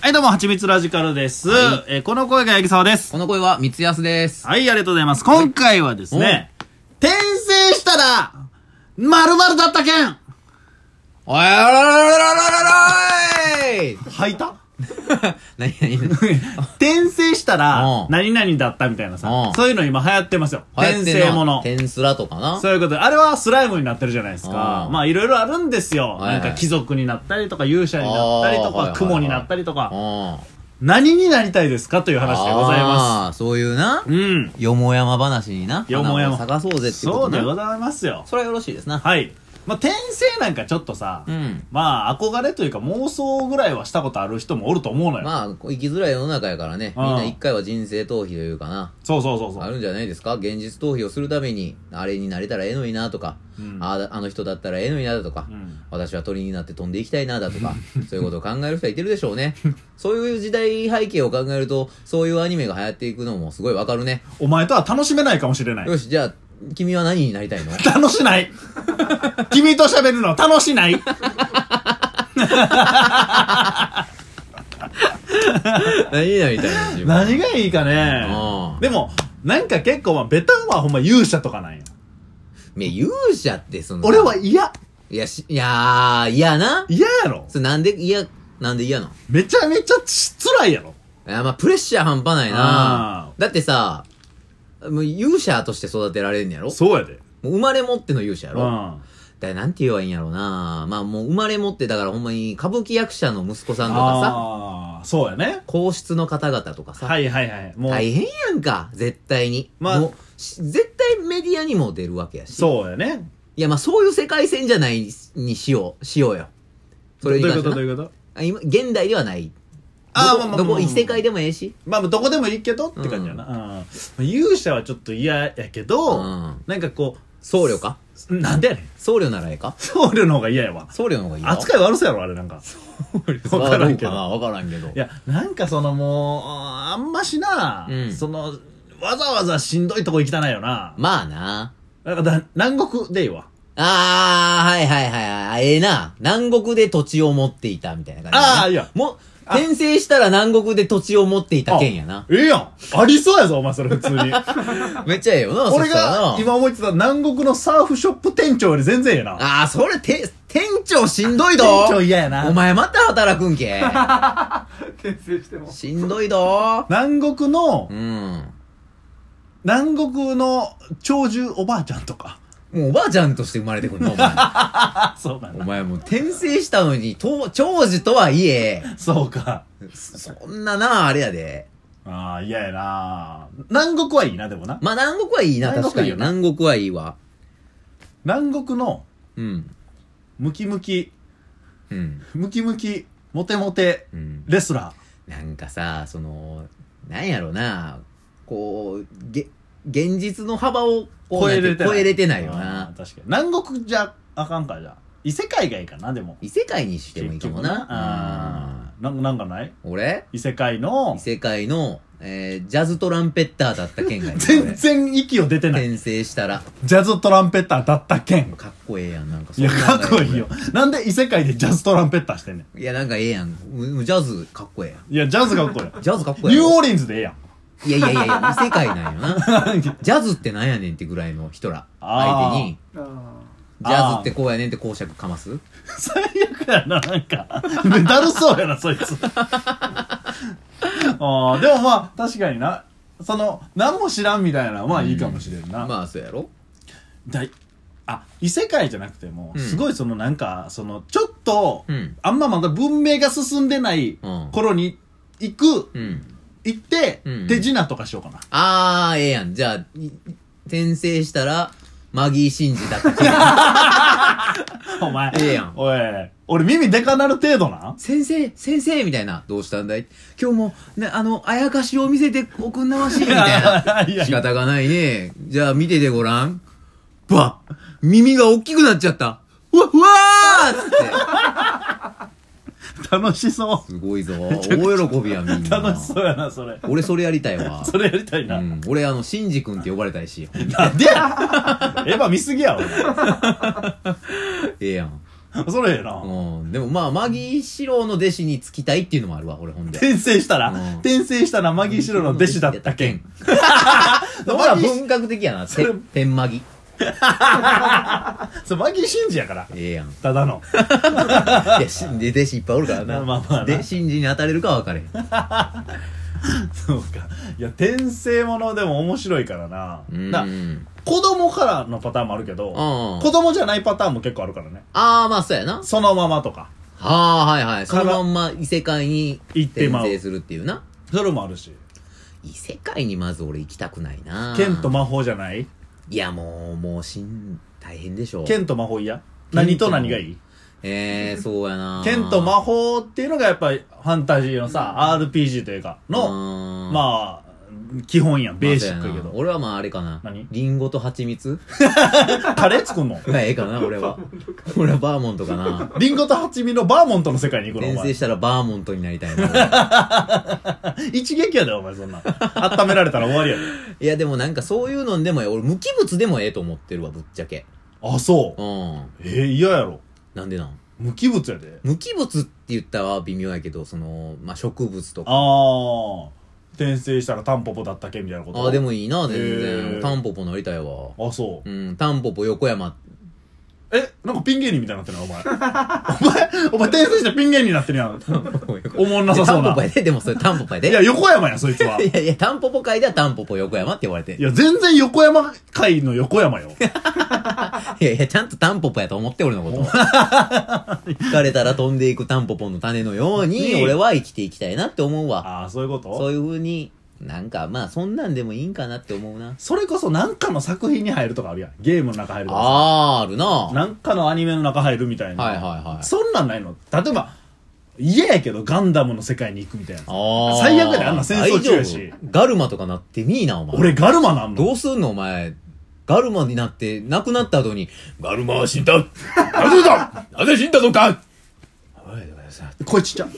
はい、どうも、はちみつラジカルです。はえーこの声が八木沢です。この声は三ツ安です。はい、ありがとうございます。今回はですね、転生したら、〇〇だったけんおいおいおいおいおいおいおい吐いた何何何 転生したらう、ん何々だったみたいなさう、んそういうの今流行ってますよ。転生もの。天スラとかなそういうことで、あれはスライムになってるじゃないですかう。んまあ、いろいろあるんですよ。はいなはんいか貴族になったりとか、勇者になったりとあーはいはいか、はい雲になったりとうか、ん。何になりたいですかという話でございまあーそういうなす。う。ん。よもやま話にな。よもやま花を探そうぜっていうこそとうなでございますよ。それはよろしいですな。はい。まあ、転生なんかちょっとさ、うん。まあ、憧れというか妄想ぐらいはしたことある人もおると思うのよ。まあ、こう生きづらい世の中やからね。うんみんな一回は人生逃避というかな。そうそうそうそあう。るんじゃないですか現実逃避をするために、あれになれたらええのになとか、うんあああの人だったらええのになだとか、うん私は鳥になって飛んでいきたいな だとか、そういうことを考える人はいてるでしょうね。そういう時代背景を考えると、そういうアニメが流行っていくのもすごいわかるね。お前とは楽しめないかもしれない。よし、じゃあ、君は何になりたいの 楽しない 君と喋るの楽し ない何になりたいの 自分何がいいかねうんでも、なんか結構まあ、ベタはほんま勇者とかなんよ。ね勇者ってその、俺は、嫌。いや、し、いやー、嫌な。嫌やろそれなんで嫌、なんで嫌なのめちゃめちゃ辛いやろ。いや、まあ、プレッシャー半端ないあな。だってさ、もう勇者として育てられんねやろそうやで。もう生まれ持っての勇者やうろ、ん。だからなんて言えばいいんやろうなまあもう生まれ持って、だからほんまに歌舞伎役者の息子さんとかさ、ああ、そうやね。皇室の方々とかさ、はいはいはい。もう、大変やんか、絶対に。まあもうし絶対メディアにも出るわけやし。そうやね。いやまあそういう世界線じゃないにしよう、しようよ。それにどうい関うしこてとはどうないうことあ今、現代ではない。あーどまあまあまあこどまあこ異世界でもええし。まあまあどこでもいいけどって感じやな、うんまあ勇者はちょっと嫌やけど、うんなんかこ僧侶かうなんでやねん僧侶ならええか僧侶の方が嫌やわ僧侶の方がいいよ扱い悪そうやろあれなんかわわからんけどわからんけどいやなんかそのもうあんましな、うんそのわざわざしんどいとこ行きたないよな、まあななんかだ南国でいいわあー、はいはいはいはい。ええな。南国で土地を持っていたみたいな感じ。あーいやも、転生したら南国で土地を持っていた県やな。あええやんありそうやぞお 前それ普通にめっちゃええよな、そ俺したらがな。今思ってた南国のサーフショップ店長より全然ええなあー、それ、て、店長しんどいど。店長嫌やなお前また働くんけ。 転生してもしんどいど。 南国のうん。南国の長寿おばあちゃんとかもうおばあちゃんとして生まれてくるの、お前。あそうなんお前もう転生したのに、と長寿とはいえ、そうか。そそんなな、あれやで。ああ、嫌やな南国はいいな、でもな。まあ、南国はいいな、南確か国いいに。よな南国はいいわ。南国のうん。ムキムキ、うん。ムキムキ、モテモテ、うん。レスラなんかさ、その、なんやろな、こう、げ、現実の幅をー。こうなんて超えれてないよあなー。確かに。南国じゃあかんか、じゃあ。異世界がいいかな、でも。異世界にしてもいいかも結局な。あー。なんなんかないうん俺異世界の異、世界の、えージャズトランペッターだった県がいる全然息を出て俺ない。転生したら、ジャズトランペッターだったけん。かっこええやん、なんかいや、そんかなんっこいいよ。なんで異世界でジャズトランペッターしてんねいや、なんかええやん。ううジャズかっこええやん。ん。いや、ジャズかっこいいよ。ジャズかっこニえュえやーん。オーリンズでええやん。いやいやいやいや、異世界なんよな。 ジャズってなんやねんってぐらいの人ら、あー相手に、ああジャズってこうやねんって講釈かます最悪やな、なんか。メダルそうやな、そい つ。ああ、でもまあ、確かにな。その、何も知らんみたいなのはうんいいかもしれんな。まあ、そうやろだいあ、異世界じゃなくても、うんすごいそのなんか、その、ちょっと、うん。あんままだ文明が進んでないうん。頃に行く、うん。行ってうん、手品とかしようか な。あー、ええやん。じゃあ、い転生したら、マギー・シンジだった気がお前。ええやんおい、俺耳でかなる程度なん。先生、先生みたいな。どうしたんだい今日も、ね、あの、あやかしを見せておくんなましいみ たいないや仕方がないね。じゃあ、見ててごらん。ば耳が大きくなっちゃった。うわ、うわーっつって。楽しそう。すごいぞ。 大喜びや、みんな。楽しそうやな、それ。俺、 それやりたいわ。それやりたいうな。ん、俺、あの、シンジ君って呼ばれたいし。なんでやエヴァ見すぎや、俺。ええやん。それええな。うん。でもまあ、マギー四郎の弟子につきたいっていうのもあるわ、俺ほんで。転生したら、うん転生したらマギーシロの弟子だったけん。。 ほら、文学的やな。それて天マギ。そう、マギーシンジやから。ええ やん。ただ の。いや、しで弟子いっぱいおるからまな。あまあなで、信じに当たれるかは分かれへん。そうか。いや、転生ものでも面白いからな。うん。な子供からのパターンもあるけど、うん子供じゃないパターンも結構あるからね。ああ、まあそうやな。そのままとか。ああ、はいはい。そからのまんま異世界に行って転まう生するっていうな。それもあるし。異世界にまず俺行きたくないな。剣と魔法じゃないいや、もう、もうしん、大変でしょ。剣と魔法嫌剣と魔法何と何がいいええー、そうやな。剣と魔法っていうのがやっぱりファンタジーのさ、RPG というか、の、のあまあ、基本やん。ー、ベーシックまあやけそうやなど。俺はまああれかな。何リンゴと蜂蜜タレ作んのがええかな、俺は。俺はバーモント かな。リンゴとハチミのバーモントの世界に行くのお転生前。したらバーモントになりたいな。一撃やでお前そんなん。温められたら終わり やで。いや、でもなんかそういうのでもええ。俺、無機物でもええと思ってるわ、ぶっちゃけ。あ、そうう。ん。えー、嫌やろ。なんでなん無機物やで。無機物って言ったら微妙やけど、その、まあ、植物とか。あー。転生したらタンポポだったけみたいなこと。ああ、で。もいいな、へ全ー然。タンポポなりたいわ。あ、そうう。ん、タンポポ 横山。え、なんかピン芸人みたいになってるな、お前。 お前、お前転生してピン芸人になってるやん。おもんなさそうタンなポポ。やで、でもそれタンポポやで。いや、横山や、そいつは。いいやいや、タンポポ界ではタンポポ横山って言われて。や、全然横山界の横山よ。いやいや、ちゃんとタンポポやと思って俺のこと。疲れたら飛んでいくタンポポの種のようにね、え俺は生きていきたいなって思うわ。ああ、そういう ことそういう風に、なんか、まあ、そんなんでもいいんかなって思うな。それこそなんかの作品に入るとかあるやん。ゲームの中入るとかあー、あるな。さ。はなんかのアニメの中入るみたいいな。はいはい。そんなんないの例えば、嫌やけどガンダムの世界に行くみたいな。あー最悪やであんな戦争中やし大丈夫ガルマとかなってみーな、お前。俺ガルマなんのどうすんのお前。ガルマになって、亡くなった後に、ガルマは死んだなぜだ なぜ死んだのかおいだからさ、声ちっちゃ。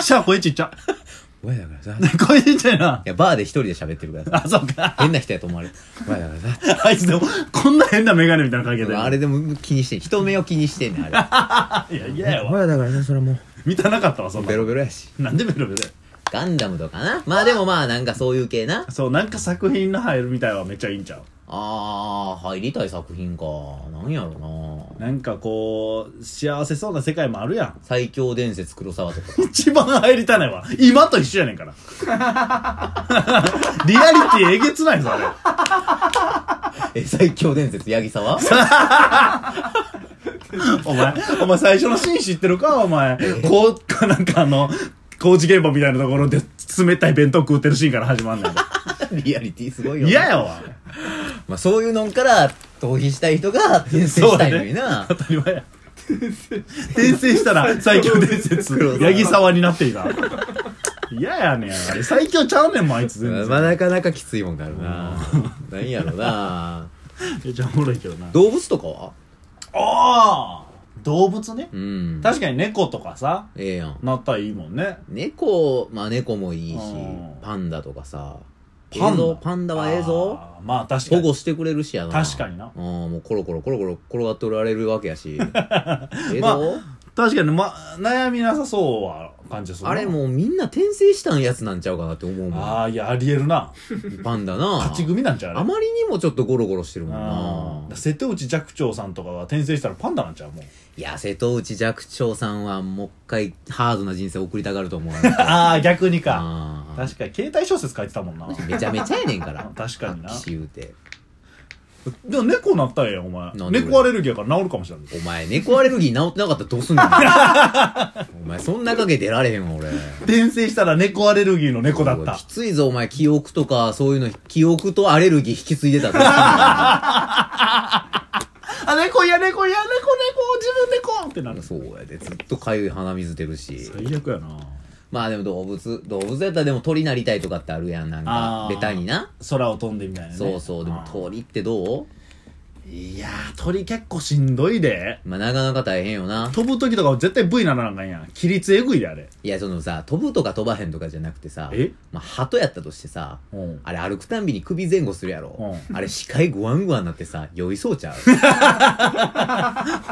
シャア声ちっちゃ。 おいだからさ。い声ちっちゃいな。や、バーで一人で喋ってるからさ。あ、そうか。変な人やと思われる。おいだからさ。あいつでも、こんな変なメガネみたいなのかけてあれでも気にしてん人目を気にしてん ねんあれいや、嫌やれ。わ。いだからさ、それも見たなかったわ、そんう。なベの。ロベロやし。なんでベロベロやガンダムとかな。まあでもまあ、なんかそういう系な。そう、なんか作品の入るみたいはめっちゃいいんちゃうあー、入りたい作品か。なんやろな。なんかこう、幸せそうな世界もあるやん。最強伝説黒沢とか。 一番入りたないわ。今と一緒やねん から。リアリティえげつないぞ、あれ。え、最強伝説八木沢お前、お前最初のシーン知ってるかお前。こう、かなんかあの、工事現場みたいなところで冷たい弁当食うてるシーンから始まんねん。リアリティすごいよな。嫌やわ。まあ、そういうのんから逃避したい人が転生したいのにな。当たり前や。転生したら最強伝説、八木沢になっていた。嫌やねん。あれ最強ちゃうねんもん、あいつ全然。まあ、なかなかきついもんがあるな。なんやろな。めっちゃおもろいけどな。動物とかはああ動物ねう。ん。確かに猫とかさ、ええやん。なったらいいもんね。猫、まあ猫もいいしうん、パンダとかさ。パンダ映像パンダはええぞ。あーまあ確か保に。護してくれるしやな。確かになうん、もうコロコロコロコロ転がっておられるわけ やし。ええぞ。確かに、ま、悩みなさそうは感じするな。あれもうみんな転生したんやつなんちゃうかなって思うもん。ああ、いや、ありえるな。パンダな勝。ち組なんちゃうああれ。まりにもちょっとゴロゴロしてるもんあなー。瀬戸内寂聴さんとかが転生したらパンダなんちゃうもん。いや、瀬戸内寂聴さんはもう一回ハードな人生送りたがると思う。 あああ、逆にか。あ確かに、携帯小説書いてたもんな。ーめちゃめちゃやねんから。確かにな白紙言うて。でも猫なったらええよ、お前。なんで俺猫アレルギーやから治るかもしれない。お前、猫アレルギー治ってなかったらどうすんの お前、そんな影出られへんわ、俺。転生したら猫アレルギーの猫だっおいたき。ついぞ、お前、記憶とか、そういうの、記憶とアレルギー引き継いでたらあ、猫や、猫や、猫、猫、自分猫ってなどうる。すんの そうやで、ずっとかゆい鼻水出るし。最悪やな。まあでも動物、動物やったらでも鳥なりたいとかってあるやん、なんあか、ーベタにな。空を飛んでみたいなね。そうそう、でもあー鳥ってどういやー鳥結構しんどいでまあ、なかなか大変よな。飛ぶ時とかは絶対 V ならなあかんやん規律えぐいであれいや、そのさ、飛ぶとか飛ばへんとかじゃなくてさえ、まあ、鳩やったとしてさ、うんあれ歩くたんびに首前後するやろ。あれ視界グワングワンなってさ、酔いそうちゃう。お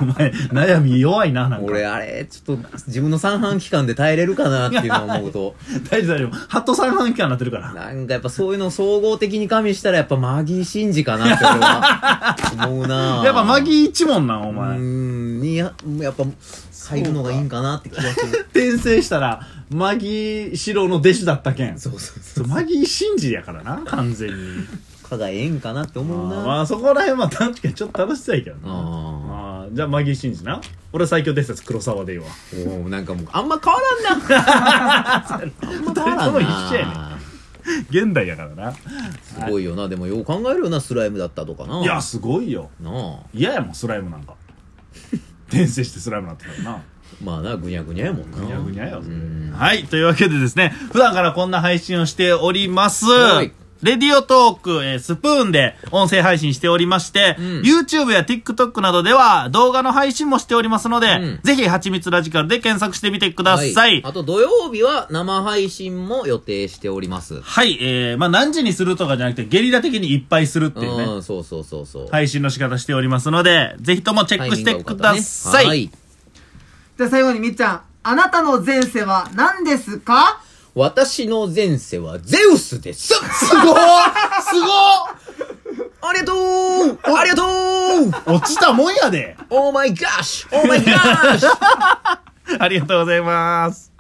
前悩み弱いななんか俺、あれ、ちょっと自分の三半規管で耐えれるかなっていうのを思うと、 大丈夫大丈夫ハット三半期間になってるからなんかやっぱそういうのを総合的に加味したらやっぱマギー・シンジかなって俺は思うなやっぱマーギ一問なんおうー前んにややっぱ入るのがいいんかなって気がする転生したらマギー四郎の弟子だったけんそうそうそそうマギー真治やからな完全にうかがええんかなってまあ思うなまあそこら辺は確かにちょっと楽しそうやけどなああーじゃあマギー真治な俺は最強伝説黒沢でいいわーおーなんかもうあんま変わらんなあんま 変わら二人ともん一緒やねな現代やからなすごいよなでもよう考えるよなスライムだったとかないいやすごいよなあ嫌やもんスライムなんか 転生してスライムなってたらなまあなぐにゃぐにゃやもんなぐにゃぐにゃよそれうんはいというわけでですね普段からこんな配信をしておりますはいレディオトーク、えースプーンで音声配信しておりまして、うん YouTube や TikTok などでは動画の配信もしておりますので、うんぜひ、はちみつラジカルで検索してみてください。はい、あと土曜日は生配信も予定しておりますえー、まあ何時にするとかじゃなくて、ゲリラ的にいっぱいするっていうね、うん、そうそうそうそう。配信の仕方しておりますので、ぜひともチェックしてください。タイミングが良かったねはいじゃあ最後にみっちゃん、あなたの前世は何ですか私の前世はゼウスです。すごいすごいありがとうありが とう落ちたもんやで !Oh my gosh! Oh my gosh! ありがとうございます。